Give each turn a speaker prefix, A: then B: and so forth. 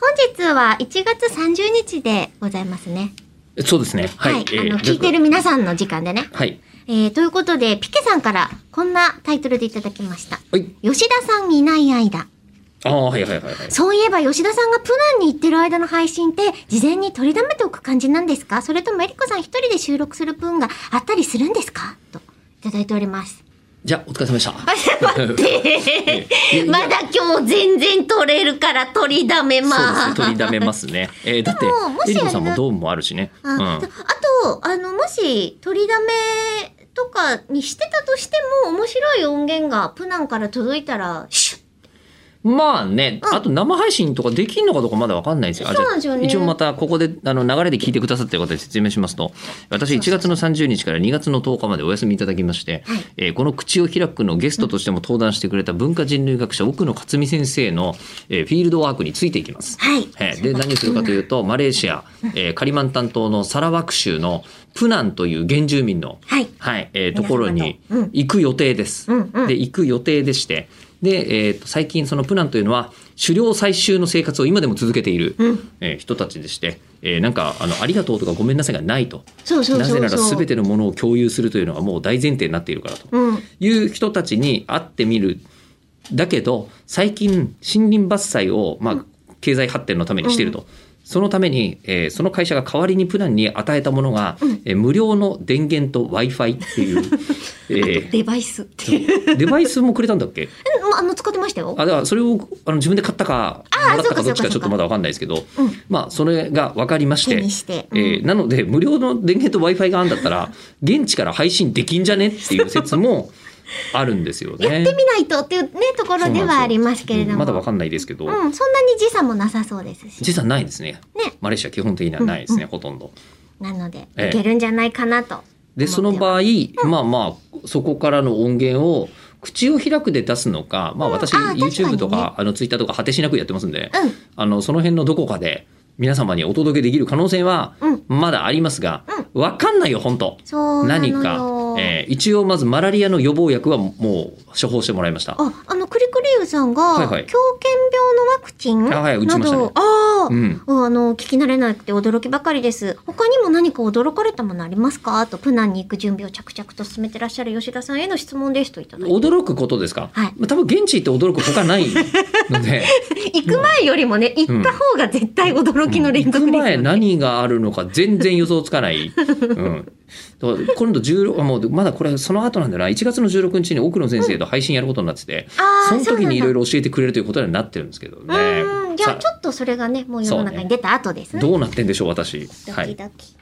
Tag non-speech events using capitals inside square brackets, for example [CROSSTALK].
A: 本日は1月30日でございますね。
B: そうですね。
A: は。
B: はいい。
A: あの、聞いてる
B: る。
A: 皆さんの時間でね。
B: はい。
A: えー、ということで、ピケさんからこんなタイトルでいただきました。
B: はい。
A: 吉田さんいない間。
B: ああ、はいはいはいはい。
A: そういえば吉田さんがプランに行ってる間の配信って、事前に取りだめておく感じなんですかそれともエリコさん一人で収録する分があったりするんですかと、いただいております。
B: じゃあ、お疲れ様でした。 [LAUGHS]
A: まだ今日全然取れるから取りだめま
B: そうです
A: す。
B: ね。取りだめますね。えー、だって
A: でもも、し
B: エリコさ
A: あれ
B: んも
A: だ
B: ドームもあるしね。うん。
A: ああ
B: あ
A: と、あの、もし、取りだめとかにしてたとしても、面白い音源がプナンから届いたら、シュッ
B: まあね、
A: うん
B: あと生配信とかできんのかどうかまだわかんないんですよ。あじゃあ
A: そうなんですよね
B: 一応またここであの流れで聞いてくださってる方に説明しますと、私1月の30日から2月の10日までお休みいただきまして、えーこの口を開くのゲストとしても登壇してくれた文化人類学者奥野克美先生の、えーフィールドワークについていきます。
A: はい。
B: えーで何をするかというとマレーシア、えーカリマンタン島のサラワク州のプナンという原住民の、
A: はい。
B: はいえーところに
A: 皆様とうん
B: 行く予定です。
A: うんうん
B: で行く予定でしてで、えーと最近そのプナンというのは狩猟採集の生活を今でも続けている、
A: うん
B: えー人たちでして、えーなんかあのありがとうとかごめんなさいがないと
A: そうそうそうそう。
B: なぜなら全てのものを共有するというのがもう大前提になっているからと。
A: うん。
B: いう人たちに会ってみるだけど最近森林伐採を、まあ、経済発展のためにしてると、そのために、えーその会社が代わりにプランに与えたものが、えー無料の電源と w i f i っていう、
A: [LAUGHS]
B: え
A: デバイスっていう。
B: ーデバイスもくれたんだっけ
A: うんまああの、使ってましたよ。
B: あだからそれをあの自分で買ったか
A: あー
B: もらっ
A: そ
B: た
A: うか
B: かど
A: そ
B: っち
A: うか
B: かちょっとまだ分かんないですけど、
A: うん
B: まあそれが分かりまし
A: 手
B: て
A: にして。
B: えーなので無料の電源と w i f i があるんだったら現地から配信できんじゃねっていう説もあるんですよね。
A: やってみないとっていうね、ところではありますけれども。
B: まだわかんないですけど、
A: うん、そんなに時差もなさそうですし。
B: 実はないですね
A: ね
B: マレーシア基本的にはないですね、ほとんど
A: なので、
B: ええ
A: いけるんじゃないかなと。
B: でその場合、まあまあそこからの音源を口を開くで出すのかまあ私、
A: あー
B: YouTube と
A: 確かに
B: か
A: ね
B: あの Twitter とか果てしなくやってますんで、
A: うん
B: あのその辺のどこかで皆様にお届けできる可能性は
A: うん
B: まだありますが、わかんないよ本当
A: そうなの
B: 何
A: よ。
B: か、えー一応まずマラリアの予防薬はもう処方してもらいました。
A: あ、あの、クリクリウさんが、
B: はいはい
A: 狂犬病のワクチンなど、
B: あはい打ちましたね
A: あー
B: うん
A: あの、聞き慣れなくて驚きばかりです。他にも何か驚かれたものありますかと、プナンに行く準備を着々と進めてらっしゃる吉田さんへの質問ですといただいて。
B: 驚くことですか、
A: はい
B: まあ多分現地行って驚く他ない
A: [LAUGHS]
B: ので
A: 行く前よりもね、行った方が絶対驚きの連続です
B: 行く
A: よね。
B: 前何があるのか全然予想つかない。うん、だから今度16あもうまだこれその後なんだな1月の16日に奥野先生と配信やることになってて、
A: あー
B: その時にいろ
A: ろ。
B: いろ教えてくれるということにはなってるんですけどね
A: うん。じゃあ
B: さ
A: ちょっとそれがね、もう世の中に出た後ですね。
B: どうなってんでしょう私。
A: ド
B: は
A: キ
B: い、
A: ドキ。